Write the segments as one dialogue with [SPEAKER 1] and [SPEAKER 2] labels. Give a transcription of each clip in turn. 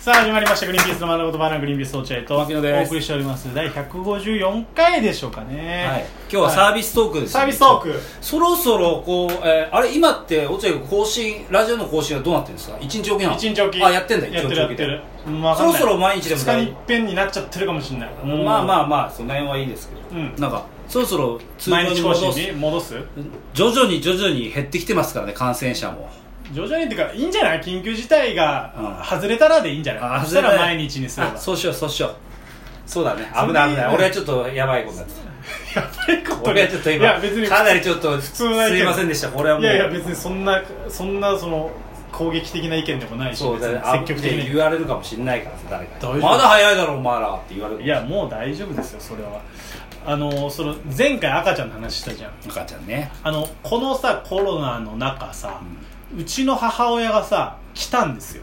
[SPEAKER 1] さあ始まりました「グリーンピースの丸ごとバナナグリーンピース落合」とお
[SPEAKER 2] 牧野です
[SPEAKER 1] 送りしております第154回でしょうかね、
[SPEAKER 2] はい、今日はサービストークです、
[SPEAKER 1] サービストーク
[SPEAKER 2] そろそろこう、えーあれ今って落合君更新ラジオの更新はどうなってるんですか一日おきなの
[SPEAKER 1] 一日おき
[SPEAKER 2] あやってんだ
[SPEAKER 1] や
[SPEAKER 2] 一
[SPEAKER 1] ってる
[SPEAKER 2] 日
[SPEAKER 1] や
[SPEAKER 2] お
[SPEAKER 1] っ
[SPEAKER 2] き
[SPEAKER 1] て
[SPEAKER 2] で
[SPEAKER 1] る、うんわかんない
[SPEAKER 2] そろそろ毎日でも
[SPEAKER 1] 二日に一遍になっちゃってるかもしれない、うん
[SPEAKER 2] まあまあまあその辺はいいですけど、
[SPEAKER 1] うん
[SPEAKER 2] なんかそろそろ通常
[SPEAKER 1] 毎
[SPEAKER 2] に
[SPEAKER 1] 日更
[SPEAKER 2] 戻
[SPEAKER 1] 新
[SPEAKER 2] す
[SPEAKER 1] に戻す
[SPEAKER 2] 徐々に徐々に減ってきてますからね感染者も
[SPEAKER 1] 徐々にっていうかいいんじゃない緊急事態が
[SPEAKER 2] うん
[SPEAKER 1] 外れたらでいいんじゃない、
[SPEAKER 2] あ
[SPEAKER 1] そした
[SPEAKER 2] 外
[SPEAKER 1] ら
[SPEAKER 2] れたら
[SPEAKER 1] 毎日にすれば
[SPEAKER 2] あそうしようそうしようそうだね
[SPEAKER 1] そ
[SPEAKER 2] 危
[SPEAKER 1] れでいい
[SPEAKER 2] ない危ない
[SPEAKER 1] ね
[SPEAKER 2] 俺はちょっとやばいことになって
[SPEAKER 1] やばいこ
[SPEAKER 2] た
[SPEAKER 1] とに
[SPEAKER 2] 俺はちょっと
[SPEAKER 1] いや
[SPEAKER 2] 今
[SPEAKER 1] 別に
[SPEAKER 2] かなりちょっと
[SPEAKER 1] 普通な意見
[SPEAKER 2] すいませんでしたこれはもう
[SPEAKER 1] いやいや別にそんなそんなその攻撃的な意見でもないし
[SPEAKER 2] そうだね
[SPEAKER 1] 別に積極的
[SPEAKER 2] あ
[SPEAKER 1] に
[SPEAKER 2] 言われるかもしれないからさ誰か
[SPEAKER 1] 大丈夫
[SPEAKER 2] にまだ早いだろお前らって言われる
[SPEAKER 1] いやもう大丈夫ですよそれはあのその前回赤ちゃんの話したじゃん
[SPEAKER 2] 赤ちゃんね
[SPEAKER 1] あのこのさコロナの中さ、うちの母親がさ来たんですよ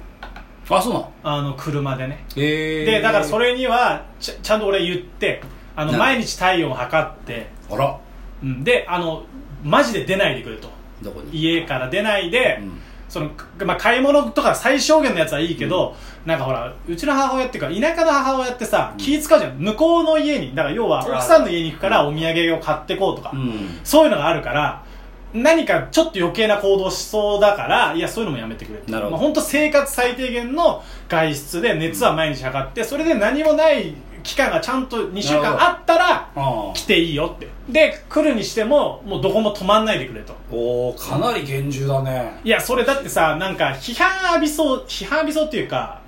[SPEAKER 2] あそうなの
[SPEAKER 1] あの車でね
[SPEAKER 2] へえ
[SPEAKER 1] でだからそ
[SPEAKER 2] れ
[SPEAKER 1] れにはちゃちゃんと俺言ってあの
[SPEAKER 2] な
[SPEAKER 1] 毎日体温を測って、
[SPEAKER 2] あら
[SPEAKER 1] うん、であのマジで出ないでくれと
[SPEAKER 2] どこに
[SPEAKER 1] 家から出ないで、
[SPEAKER 2] うん
[SPEAKER 1] そのまあ、買い物とか最小限のやつはいいけど、なんかほらうちの母親っていうか田舎の母親ってさ、気使うじゃん向こうの家にだから要は奥さんの家に行くからお土産を買ってこうとか、
[SPEAKER 2] うん
[SPEAKER 1] そういうのがあるから何かちょっと余計な行動しそうだからいやそういうのもやめてくれって
[SPEAKER 2] なるほど
[SPEAKER 1] まあ、本当生活最低限の外出で熱は毎日測って、それで何もない期間がちゃんと2週
[SPEAKER 2] なるほ
[SPEAKER 1] 間
[SPEAKER 2] ど
[SPEAKER 1] あったら
[SPEAKER 2] あ
[SPEAKER 1] 来ていいよってで来るにしてももうどこも泊まんないでくれと
[SPEAKER 2] おおかなり厳重だね
[SPEAKER 1] いやそれだってさなんか批判浴びそう批判浴びそうっていうか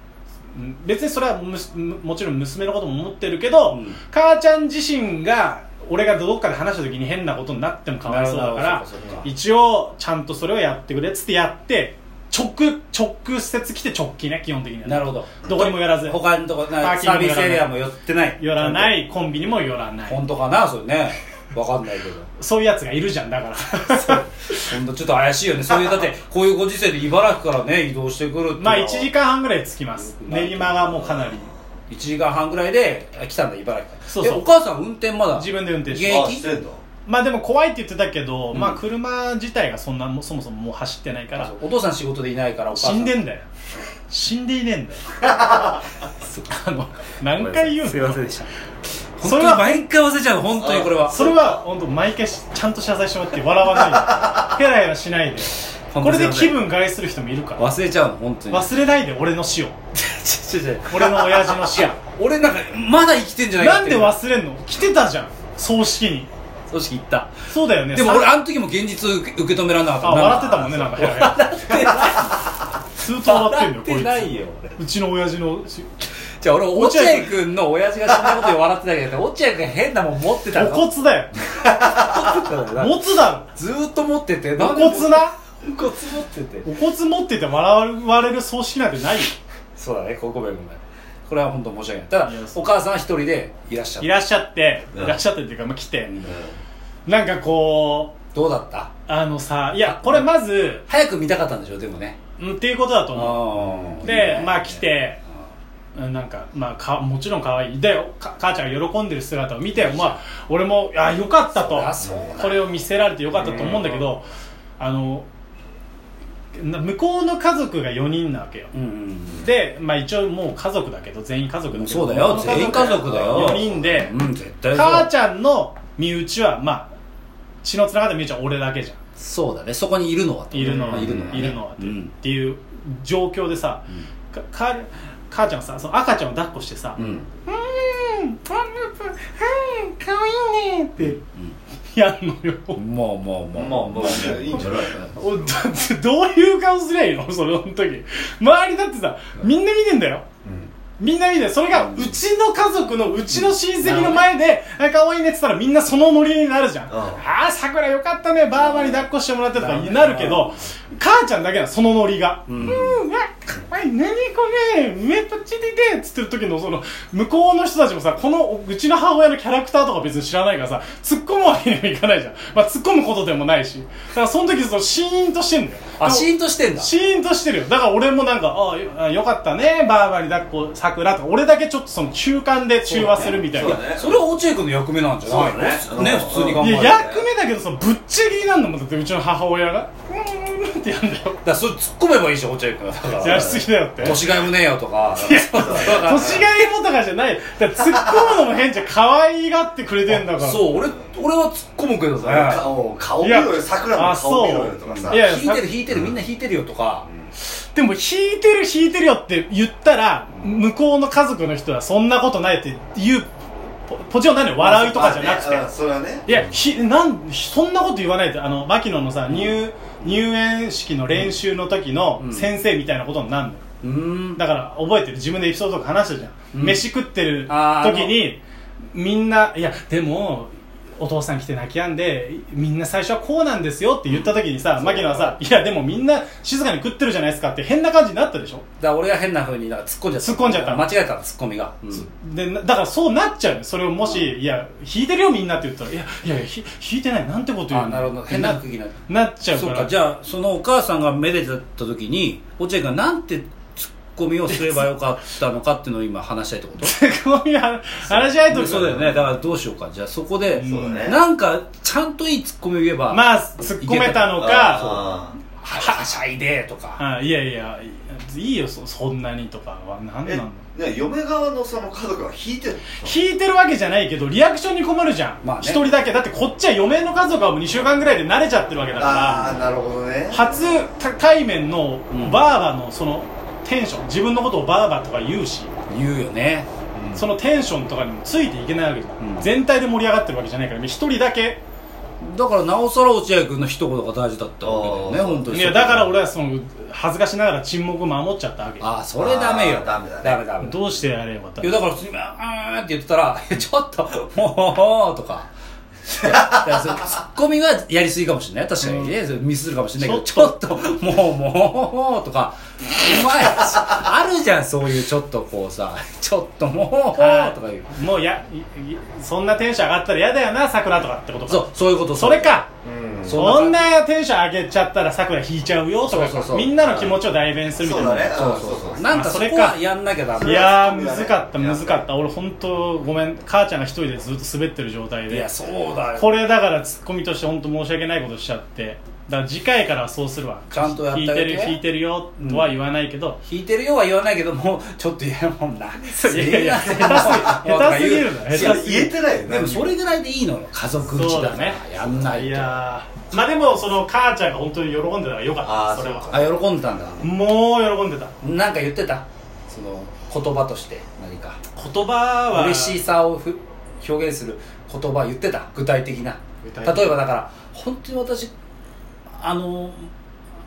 [SPEAKER 1] うん別にそれはむすむもちろん娘のことも思ってるけど、
[SPEAKER 2] うん
[SPEAKER 1] 母ちゃん自身が俺がどっかで話した時に変なことになってもかわいそうだか
[SPEAKER 2] なる
[SPEAKER 1] ら
[SPEAKER 2] ほどそうかそうか
[SPEAKER 1] 一応ちゃんとそれをやってくれっつってやって直直接来て直帰ね基本的には
[SPEAKER 2] なるほど
[SPEAKER 1] どこにも寄らず
[SPEAKER 2] 他のとこ
[SPEAKER 1] パー
[SPEAKER 2] な
[SPEAKER 1] キン
[SPEAKER 2] サ
[SPEAKER 1] グも
[SPEAKER 2] ービ
[SPEAKER 1] 寄らな
[SPEAKER 2] ス
[SPEAKER 1] い
[SPEAKER 2] エリアも寄ってない
[SPEAKER 1] 寄らないコンビニも寄らない
[SPEAKER 2] 本当かなそれねわかんないけど
[SPEAKER 1] そういうやつがいるじゃんだから
[SPEAKER 2] 本当ちょっと怪しいよねそういうだってこういうご時世で茨城からね移動してくるっていうの
[SPEAKER 1] ま
[SPEAKER 2] は
[SPEAKER 1] あ1時間半ぐらい着きます
[SPEAKER 2] よくない
[SPEAKER 1] 練馬がもうかなり
[SPEAKER 2] 1時間半ぐらいであ来たんだ茨城から
[SPEAKER 1] そうそう
[SPEAKER 2] えお母さん運転まだ
[SPEAKER 1] 自分で運転
[SPEAKER 2] 現
[SPEAKER 1] して
[SPEAKER 3] あ
[SPEAKER 2] 役
[SPEAKER 3] してんだ
[SPEAKER 1] まあでも怖いって言ってたけど、
[SPEAKER 2] うん
[SPEAKER 1] まあ車自体がそんなもそもそももう走ってないから
[SPEAKER 2] お父さん仕事でいないからお母さ
[SPEAKER 1] 死
[SPEAKER 2] ん
[SPEAKER 1] んでんだ よ死んでいねえんだよあの何回言うの
[SPEAKER 2] すいませんでした
[SPEAKER 1] そ
[SPEAKER 2] 本
[SPEAKER 1] れ
[SPEAKER 2] 当
[SPEAKER 1] は
[SPEAKER 2] に毎回忘れちゃう本当にこれは
[SPEAKER 1] それは本当毎回しちゃんと謝罪してもらって笑わな いでヘラヘラしないで
[SPEAKER 2] 本
[SPEAKER 1] これ
[SPEAKER 2] 当すい
[SPEAKER 1] で
[SPEAKER 2] ませ
[SPEAKER 1] 気
[SPEAKER 2] ん
[SPEAKER 1] 分害する人もいるから
[SPEAKER 2] 忘れちゃうの本当に
[SPEAKER 1] 忘れないで俺の死を
[SPEAKER 2] ちょちょちょ
[SPEAKER 1] 俺の親父の 死を
[SPEAKER 2] 俺なんかまだ生きてんじゃないか
[SPEAKER 1] な
[SPEAKER 2] っ
[SPEAKER 1] ん
[SPEAKER 2] て
[SPEAKER 1] で忘れんの来てたじゃん葬式に
[SPEAKER 2] 組織行った
[SPEAKER 1] そうだよね
[SPEAKER 2] でも俺
[SPEAKER 1] さ
[SPEAKER 2] あの時も現実受け受け止められなかった
[SPEAKER 1] あ笑ってたもんねなんかヘラヘラずっと笑ってんだよこい
[SPEAKER 2] 笑って
[SPEAKER 1] つ
[SPEAKER 2] ないよ俺
[SPEAKER 1] うちの親父の死
[SPEAKER 2] じゃあ俺
[SPEAKER 1] 落
[SPEAKER 2] 落
[SPEAKER 1] 合
[SPEAKER 2] 合君の親父が死んだことで笑ってたけど落合君変なもん持ってた
[SPEAKER 1] お
[SPEAKER 2] の
[SPEAKER 1] 骨だよ
[SPEAKER 2] も
[SPEAKER 1] 持つだ
[SPEAKER 2] ずーっと持って
[SPEAKER 1] ろ
[SPEAKER 2] て
[SPEAKER 1] お
[SPEAKER 2] なんで
[SPEAKER 1] 骨な
[SPEAKER 2] お骨持ってて
[SPEAKER 1] お骨持ってて笑われる葬式なんてないよ
[SPEAKER 2] そうだねごめんごめんこれは本当申し訳ないただ
[SPEAKER 1] いやそ
[SPEAKER 2] お母さん一人でいらっしゃっ
[SPEAKER 1] い
[SPEAKER 2] た
[SPEAKER 1] らっしゃって
[SPEAKER 2] うん
[SPEAKER 1] いらっしゃってっていうか、まあ、来て
[SPEAKER 2] うん
[SPEAKER 1] なんかこう
[SPEAKER 2] どうだった
[SPEAKER 1] あのさいやこれまず
[SPEAKER 2] 早く見たかったんでしょでもね
[SPEAKER 1] うんっていうことだと思う
[SPEAKER 2] あー
[SPEAKER 1] でまあ来てうんなんかまあかもちろん可愛いでか母ちゃんが喜んでる姿を見てまあ俺もあよかったと
[SPEAKER 2] りゃそうだ
[SPEAKER 1] これを見せられてよかったと思うんだけどあのな向こうの家族が4人なわけよ
[SPEAKER 2] うんうん
[SPEAKER 1] で、まあ、一応もう家族だけど全員家族だけ
[SPEAKER 2] うん
[SPEAKER 1] ど
[SPEAKER 2] そうだよ
[SPEAKER 1] この
[SPEAKER 2] 全員家族だよ
[SPEAKER 1] 4人で
[SPEAKER 2] うん絶対そう
[SPEAKER 1] 母ちゃんの身内はまあ血のつながった身内は俺だけじゃん
[SPEAKER 2] そうだねそこにいるのはって
[SPEAKER 1] いるの
[SPEAKER 2] ま
[SPEAKER 1] は
[SPEAKER 2] あいるのはね
[SPEAKER 1] いるのはって,、
[SPEAKER 2] うん
[SPEAKER 1] っていう状況でさ、かか母ちゃんさその赤ちゃんを抱っこしてさ「
[SPEAKER 2] う
[SPEAKER 1] うん
[SPEAKER 2] ん
[SPEAKER 1] ーんパンループうんかわいいね」ってやんのよ、
[SPEAKER 2] まあまあまあ
[SPEAKER 3] まあまあいいんじゃない
[SPEAKER 1] おだってどういう顔すりゃいいのそれの時周りだってさみんな見てんだよみんな見てそれがうちの家族のうちの親戚の前で「あ可愛いね」って言ったらみんなそのノリになるじゃん「
[SPEAKER 3] うん
[SPEAKER 1] ああさくらよかったねばあばに抱っこしてもらって」とか
[SPEAKER 2] なる
[SPEAKER 1] なるけど母ちゃんだけなのそのノリが「うん
[SPEAKER 2] ん
[SPEAKER 1] うわ可愛い何これめっちゃちりで」っつってる時のその向こうの人たちもさこのうちの母親のキャラクターとか別に知らないからさ突っ込むわけにもいかないじゃん、まあ、突っ込むことでもないしだからその時そのシーンとしてんだよ
[SPEAKER 2] あシーンとしてんだ
[SPEAKER 1] シーンとしてるよだから俺もなんか「ああよあよかったねバーバリ抱っこ桜」とか俺だけちょっとその中間で中和するみたい
[SPEAKER 3] そ
[SPEAKER 1] な、
[SPEAKER 3] うだね
[SPEAKER 2] それは落合君の役目なんじゃない
[SPEAKER 3] そうだね
[SPEAKER 2] ね普通に頑
[SPEAKER 1] い
[SPEAKER 2] 張
[SPEAKER 1] や
[SPEAKER 2] る
[SPEAKER 1] 役目だけどそのぶっちぎりなんだもんだってうちの母親が「うんンってやるんだよ
[SPEAKER 2] だからそれ突っ込めばいいじゃん落合君だから
[SPEAKER 1] やりすぎだよって
[SPEAKER 2] 年がいもねえよとか
[SPEAKER 1] いや
[SPEAKER 2] そうだから
[SPEAKER 1] 年がいもとかじゃないだから突っ込むのも変じゃん可愛がってくれてんだから
[SPEAKER 2] そう俺俺は突っ込むけどね
[SPEAKER 3] 顔顔見ろ
[SPEAKER 1] いや
[SPEAKER 3] よ桜の顔見ろよとか
[SPEAKER 1] あ
[SPEAKER 3] さ
[SPEAKER 1] そういや
[SPEAKER 2] 引いてる引いてるみんな引いてるよとか
[SPEAKER 1] でも引いてる引いてるよって言ったら向こうの家族の人はそんなことないって言うポポジションなのよ笑いとかじゃなくて
[SPEAKER 3] まあねうんそれはね
[SPEAKER 1] いやひなんそんなこと言わないとあの牧野のさ入入園式の練習の時の
[SPEAKER 2] うん
[SPEAKER 1] 先生みたいなことになるのよ
[SPEAKER 2] うーん
[SPEAKER 1] だから覚えてる自分でエピソードとか話したじゃん、
[SPEAKER 2] うん
[SPEAKER 1] 飯食ってる
[SPEAKER 2] あーあの
[SPEAKER 1] 時にみんないやでもお父さん来て泣き止んでみんな最初はこうなんですよって言った時にさ、牧野はさ「いやでもみんな静かに食ってるじゃないですか」って変な感じになったでしょ
[SPEAKER 2] だから俺が変な風になんか突っ込んじゃった
[SPEAKER 1] 突っ込んじゃった
[SPEAKER 2] 間違えた突っ込みが、うん
[SPEAKER 1] でなだからそうなっちゃうよそれをもし「いや引いてるよみんな」って言ったら「いやいやいやひ引いてないなんてこと言う
[SPEAKER 2] あ
[SPEAKER 1] の?」
[SPEAKER 2] なるほど
[SPEAKER 1] って
[SPEAKER 2] 変な空気になる
[SPEAKER 1] なっちゃうか
[SPEAKER 2] そう
[SPEAKER 1] ら
[SPEAKER 2] かじゃあそのお母さんがめでた時に落合君がなんて突っ込みをすればよかったのかっていうのを今話したいってこと
[SPEAKER 1] こういう話話し合いとか
[SPEAKER 2] そうだよねだからどうしようかじゃあそこで
[SPEAKER 1] そうだ
[SPEAKER 3] ね
[SPEAKER 2] なんかちゃんといい突っ込みを言えば
[SPEAKER 1] まあ突っ込めたのか
[SPEAKER 3] あー
[SPEAKER 2] ははしゃいでとか
[SPEAKER 1] あいやいやいいいよそそんなにとかは何な
[SPEAKER 3] え
[SPEAKER 1] の
[SPEAKER 3] ね嫁側のその家族は引いてる
[SPEAKER 1] 引いてるわけじゃないけどリアクションに困るじゃん一、
[SPEAKER 2] まあね
[SPEAKER 1] 人だけだってこっちは嫁の家族はもう2週間ぐらいで慣れちゃってるわけだ
[SPEAKER 3] あ
[SPEAKER 1] か
[SPEAKER 3] あなるほどね
[SPEAKER 1] ら初対面の
[SPEAKER 2] うん
[SPEAKER 1] バーバのそのテンション自分のことをバーバとか言うし
[SPEAKER 2] 言うよね
[SPEAKER 3] うん
[SPEAKER 1] そのテンションとかにもついていけないわけじゃん、
[SPEAKER 2] うん
[SPEAKER 1] 全体で盛り上がってるわけじゃないから一人だけ
[SPEAKER 2] だからなおさら落合君の一言が大事だったわけだ
[SPEAKER 3] あ
[SPEAKER 2] よ
[SPEAKER 3] ー
[SPEAKER 2] ね本当に
[SPEAKER 1] いやだから俺はその恥ずかしながら沈黙を守っちゃったわけ
[SPEAKER 2] ああそれダメよ
[SPEAKER 3] あーダメだね
[SPEAKER 2] ダメダメ
[SPEAKER 1] どうしてやればよかった
[SPEAKER 2] いやだから普通に「あーん」って言ってたら 「ちょっともう」とか。いやだからそのツッコミはやりすぎかもしれない確かに、
[SPEAKER 1] うん
[SPEAKER 2] ねそれミスするかもしれないけど
[SPEAKER 1] ち
[SPEAKER 2] ち
[SPEAKER 1] ょ
[SPEAKER 2] ょ
[SPEAKER 1] っ
[SPEAKER 2] っともうもうとかお前あるじゃんそういうちょっとこうさちょっともう
[SPEAKER 1] あー
[SPEAKER 2] とかいう
[SPEAKER 1] もうやいいそんなテンション上がったら嫌だよな桜とかってことか
[SPEAKER 2] そうそういうこと
[SPEAKER 1] それか
[SPEAKER 3] うん
[SPEAKER 2] そ
[SPEAKER 1] そんなテンション上げちゃったら桜引いちゃうよとか
[SPEAKER 2] そうそうそう
[SPEAKER 1] みんなの気持ちを代弁するみた
[SPEAKER 3] そ
[SPEAKER 1] いうな
[SPEAKER 3] だね
[SPEAKER 2] そう
[SPEAKER 3] うん
[SPEAKER 2] そうそう
[SPEAKER 3] う
[SPEAKER 2] なんか
[SPEAKER 1] あそ
[SPEAKER 2] そ
[SPEAKER 1] れか
[SPEAKER 2] こはやんなきゃダメ
[SPEAKER 1] いやー
[SPEAKER 3] そうだね
[SPEAKER 1] 難かった
[SPEAKER 3] いや
[SPEAKER 1] 難かった俺本当ごめん母ちゃんが一人でずっと滑ってる状態
[SPEAKER 2] い
[SPEAKER 1] で
[SPEAKER 2] やそうだよ
[SPEAKER 1] これだからツッコミとして本当申し訳ないことしちゃってだから次回からはそうするわ
[SPEAKER 2] ちゃんとやって
[SPEAKER 1] 引い
[SPEAKER 2] あ
[SPEAKER 1] て
[SPEAKER 2] げて
[SPEAKER 1] る引いてるよとは言わないけど、
[SPEAKER 2] 弾いてるようは言わないけどもちょっと言えもんな
[SPEAKER 1] いやいや
[SPEAKER 2] す
[SPEAKER 1] 下
[SPEAKER 2] いません
[SPEAKER 1] 手す下手すぎるな
[SPEAKER 3] そ
[SPEAKER 1] 下
[SPEAKER 3] う
[SPEAKER 1] 手
[SPEAKER 3] そう
[SPEAKER 1] すぎ
[SPEAKER 3] 言え
[SPEAKER 1] る
[SPEAKER 3] てないよね
[SPEAKER 2] でもそれぐらいでいいのよ家族内だ
[SPEAKER 1] そうだ
[SPEAKER 2] か
[SPEAKER 1] ね
[SPEAKER 2] らやんないと
[SPEAKER 1] いやーまあでもその母ちゃんが本当に喜んでたからよかった
[SPEAKER 3] あー
[SPEAKER 1] それは
[SPEAKER 3] そうか
[SPEAKER 2] あ喜んでたんだ
[SPEAKER 1] もう喜んでた
[SPEAKER 2] なんか言ってたその言葉として何か
[SPEAKER 1] 言葉は
[SPEAKER 2] 嬉しさをふ表現する言葉言ってた具体的な
[SPEAKER 1] 具体的
[SPEAKER 2] 例えばだから本当に私あの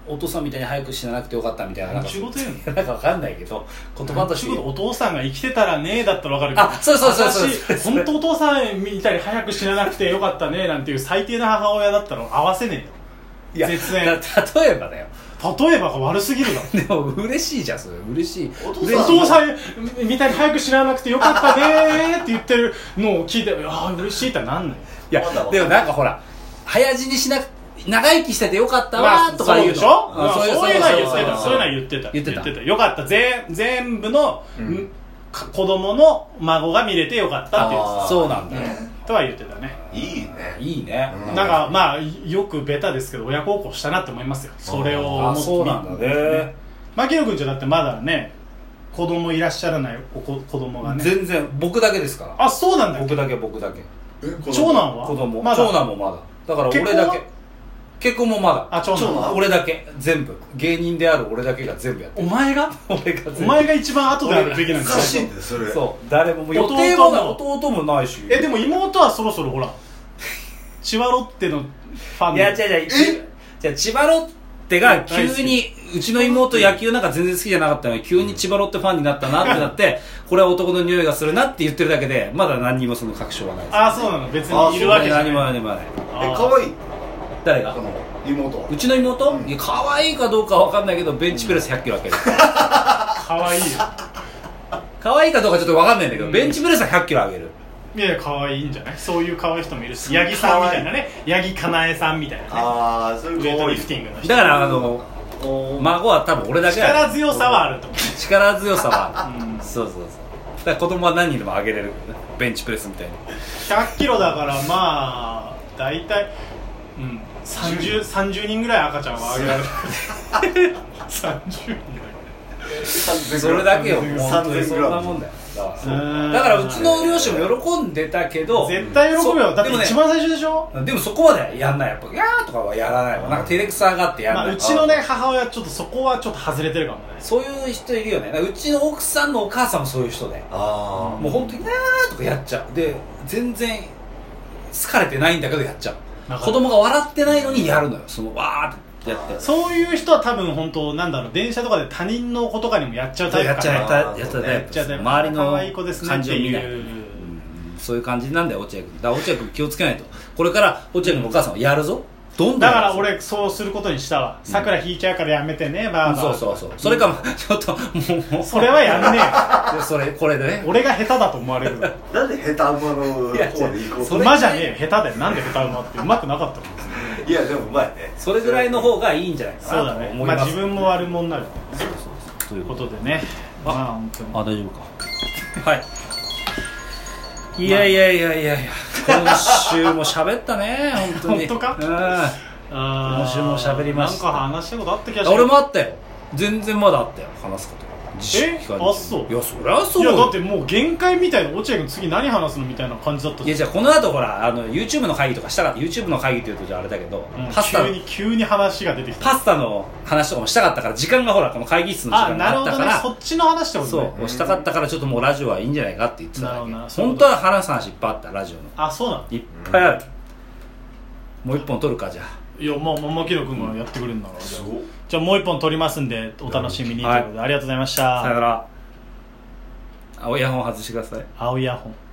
[SPEAKER 2] お父さんみたいに早く死ななくてよかったみたいななんか
[SPEAKER 1] 仕事やん
[SPEAKER 2] なんかわかんないけど言葉として
[SPEAKER 1] お父さんが生きてたらねだったらわかるけど
[SPEAKER 2] あそうそうそうそう
[SPEAKER 1] 私本当お父さんみたいに早く死ななくてよかったねなんていう最低な母親だったら合わせね
[SPEAKER 2] いや
[SPEAKER 1] 絶縁
[SPEAKER 2] だ例えばだよ
[SPEAKER 1] えよ例えばが悪すぎるだろ
[SPEAKER 2] でも嬉しいじゃんそれ嬉しい
[SPEAKER 3] お
[SPEAKER 1] お
[SPEAKER 3] 父さん
[SPEAKER 1] 父さんみたいに早く死ななくてよかったねって言ってるのを聞いてああ嬉しいってなんない
[SPEAKER 2] いや
[SPEAKER 3] まだわかんない
[SPEAKER 2] でもなんかほら早死にしなく長生きしててよかったわーとか
[SPEAKER 1] そう
[SPEAKER 2] 言う
[SPEAKER 1] で
[SPEAKER 2] の
[SPEAKER 1] しょ、まあ
[SPEAKER 2] ん
[SPEAKER 1] そういうのは言ってたそういうのは言ってた
[SPEAKER 2] 言ってた
[SPEAKER 1] よかった全全部の、
[SPEAKER 3] うん
[SPEAKER 1] んか子供の孫が見れてよかったって言って
[SPEAKER 3] あー
[SPEAKER 2] そうなんだよ
[SPEAKER 3] ね
[SPEAKER 1] たとは言ってたね
[SPEAKER 3] いいね
[SPEAKER 2] いいね
[SPEAKER 3] うん
[SPEAKER 1] なんかまあよくベタですけど親孝行したなって思いますよそれを思
[SPEAKER 2] あ
[SPEAKER 1] って
[SPEAKER 2] そうなんだね
[SPEAKER 1] 牧野君じゃだってまだね子供いらっしゃらないお子子供がね
[SPEAKER 2] 全然僕だけですから
[SPEAKER 1] あそうなんだっけ
[SPEAKER 2] 僕だけ僕だけ
[SPEAKER 3] え子供
[SPEAKER 1] 長男は
[SPEAKER 2] 子供
[SPEAKER 1] まだ
[SPEAKER 2] 長男もまだだから俺
[SPEAKER 1] 結
[SPEAKER 2] だ
[SPEAKER 1] 婚は
[SPEAKER 2] け結婚もまだ
[SPEAKER 1] あ長
[SPEAKER 3] 長
[SPEAKER 1] 男
[SPEAKER 3] 男
[SPEAKER 2] 俺だけ全部芸人である俺だけが全部やって
[SPEAKER 1] お
[SPEAKER 2] る
[SPEAKER 1] 前が
[SPEAKER 2] 俺が全
[SPEAKER 1] お
[SPEAKER 2] 部
[SPEAKER 1] 前が一番後であるべきなん
[SPEAKER 3] お
[SPEAKER 1] で
[SPEAKER 3] か
[SPEAKER 1] す
[SPEAKER 3] しい
[SPEAKER 1] よ
[SPEAKER 3] んだよそれ
[SPEAKER 2] そう誰ももう予定もない弟もないし
[SPEAKER 1] えでも妹はそろそろほら千葉ロッテのファン
[SPEAKER 2] いや、
[SPEAKER 1] で
[SPEAKER 2] 違う違う。じゃあ、千葉ロッテが急に、うちの妹野球なんか全然好きじゃなかったのに、急に千葉ロッテファンになったなってなって、これは男の匂いがするなって言ってるだけで、まだ何にもその確証はないです。
[SPEAKER 1] あそうなの別にいるわけじゃな
[SPEAKER 2] 何
[SPEAKER 1] い
[SPEAKER 2] も何もない。
[SPEAKER 3] え
[SPEAKER 1] あー
[SPEAKER 3] 可愛い
[SPEAKER 2] 誰
[SPEAKER 3] こ
[SPEAKER 2] が
[SPEAKER 3] の妹は
[SPEAKER 2] うちの妹、
[SPEAKER 3] うん
[SPEAKER 2] いや、可愛いかどうかはわかんないけど、ベンチプレス100キロあける。
[SPEAKER 1] かわいいよ
[SPEAKER 2] 可愛いかどうかちょっとわかんないんだけど、
[SPEAKER 1] うん
[SPEAKER 2] ベンチプレスは100キロあげる。
[SPEAKER 1] いやかわいいんじゃないそういうかわいい人もいるし八木さんみたいなね八木かなえさんみたいなね
[SPEAKER 3] ああそれ
[SPEAKER 1] ウ
[SPEAKER 3] 可
[SPEAKER 1] ェイト
[SPEAKER 3] 愛
[SPEAKER 1] リ
[SPEAKER 3] い
[SPEAKER 1] フティングの人
[SPEAKER 2] だから、あの、
[SPEAKER 3] お
[SPEAKER 2] 孫は多分俺だけだ
[SPEAKER 1] 力強さはあると思う
[SPEAKER 2] 力強さはある、
[SPEAKER 1] うん
[SPEAKER 2] そうそうそう。だから子供は何にでもあげれる。ベンチプレスみたいに。
[SPEAKER 1] 100キロだからまあ大体うん 30, 30人ぐらい赤ちゃんはあげられる 30人
[SPEAKER 2] それだけよ
[SPEAKER 3] 3000
[SPEAKER 2] 本当にそんなもんだよだからだからうちの両親も喜んでたけど
[SPEAKER 1] 絶対喜ぶよだって
[SPEAKER 2] でもね
[SPEAKER 1] 一番最初でしょ
[SPEAKER 2] でもそこまでやんないやっぱ「やー」とかはやらないわなんか照れくさがってやん
[SPEAKER 1] ま
[SPEAKER 2] ない、
[SPEAKER 1] あ、うちのね母親ちょっとそこはちょっと外れてるかもね
[SPEAKER 2] そういう人いるよねうちの奥さんのお母さんもそういう人で
[SPEAKER 3] あ
[SPEAKER 2] もう本当に「やー」とかやっちゃうで全然好かれてないんだけどやっちゃう
[SPEAKER 1] なんか
[SPEAKER 2] 子供が笑ってないのにやるのよそのわーってやって
[SPEAKER 1] そういう人は多分本当なんだろう電車とかで他人の子とかにもやっちゃうタイプ
[SPEAKER 2] や
[SPEAKER 1] かな
[SPEAKER 2] っちゃうやっ
[SPEAKER 3] タイ
[SPEAKER 2] たやったやっ
[SPEAKER 1] やっちゃうタ
[SPEAKER 2] た
[SPEAKER 1] イプ
[SPEAKER 2] 周り
[SPEAKER 1] 可愛い子です
[SPEAKER 2] の
[SPEAKER 1] ね
[SPEAKER 2] 感じを見ない
[SPEAKER 1] っていう
[SPEAKER 2] そういう感じなんだよ落合君だから落合君気をつけないとこれから落合君のお母さんはやるぞどんどん
[SPEAKER 1] だか
[SPEAKER 2] やる
[SPEAKER 1] ら
[SPEAKER 2] ぞ
[SPEAKER 1] 俺そうすることにしたわさくら引いちゃうからやめてねばあば
[SPEAKER 2] そうそうそうそれかもちょっともう
[SPEAKER 1] それはやんね
[SPEAKER 2] でそれこれでね
[SPEAKER 1] え俺が下手だと思われるだろ
[SPEAKER 3] あなんで下手馬の方で行 こう
[SPEAKER 2] それ
[SPEAKER 1] 馬じゃねえよ下手だよなんで下手馬ってうまくなかったもん
[SPEAKER 3] といやでもうまいね
[SPEAKER 2] それぐらいの方がいいんじゃない
[SPEAKER 1] そう
[SPEAKER 2] か
[SPEAKER 1] だ
[SPEAKER 2] なと
[SPEAKER 1] ね
[SPEAKER 2] 思い
[SPEAKER 1] まあ
[SPEAKER 2] ます
[SPEAKER 1] 自分も悪者になる
[SPEAKER 2] と
[SPEAKER 1] と
[SPEAKER 2] い
[SPEAKER 1] いうう
[SPEAKER 2] こ
[SPEAKER 1] こととでね
[SPEAKER 2] あ
[SPEAKER 1] まあ本当に
[SPEAKER 2] あ大丈夫かはいいやいやいやいやいや今週も喋ったね本当に
[SPEAKER 1] 本当か
[SPEAKER 2] うん
[SPEAKER 1] 今
[SPEAKER 2] 今週も喋りました
[SPEAKER 1] なんか話したことあった気がし
[SPEAKER 2] 俺もあったよ全然まだあったよ話すこと自粛期間中
[SPEAKER 1] えあそう
[SPEAKER 2] いやそりゃそう
[SPEAKER 1] い
[SPEAKER 2] よ
[SPEAKER 1] やだってもう限界みたいな落合君次何話すのみたいな感じだった
[SPEAKER 2] い
[SPEAKER 1] じゃ
[SPEAKER 2] や
[SPEAKER 1] ん
[SPEAKER 2] じゃあこの後ほらあの YouTube の会議とかしたら YouTube の会議っていうとじゃああれだけど、
[SPEAKER 1] うん
[SPEAKER 2] パスタ
[SPEAKER 1] 急に急に話が出てきた
[SPEAKER 2] パスタの話とかもしたかったから時間がほらこの会議室の時
[SPEAKER 1] あ
[SPEAKER 2] 間
[SPEAKER 1] なる
[SPEAKER 2] があっ
[SPEAKER 1] ほ
[SPEAKER 2] た
[SPEAKER 1] どね
[SPEAKER 2] から
[SPEAKER 1] そっちの話ってこと
[SPEAKER 2] そう
[SPEAKER 1] ね、
[SPEAKER 2] 押したかったからちょっともうラジオはいいんじゃないかって言ってただけ
[SPEAKER 1] なるほどなそういう
[SPEAKER 2] 本
[SPEAKER 1] こと
[SPEAKER 2] 当は話す話いっぱいあったラジオの
[SPEAKER 1] あそうなの
[SPEAKER 2] いっぱいある、もう一本取るかじゃあ
[SPEAKER 1] いやまあまあ牧野君がやってくれるんだから、じゃあ
[SPEAKER 3] ごっ
[SPEAKER 1] じゃあもう一本撮りますんでお楽しみにと
[SPEAKER 2] はい
[SPEAKER 1] いうことで、ありがとうございました
[SPEAKER 2] さよならあイヤホン外してください
[SPEAKER 1] 青いイヤホン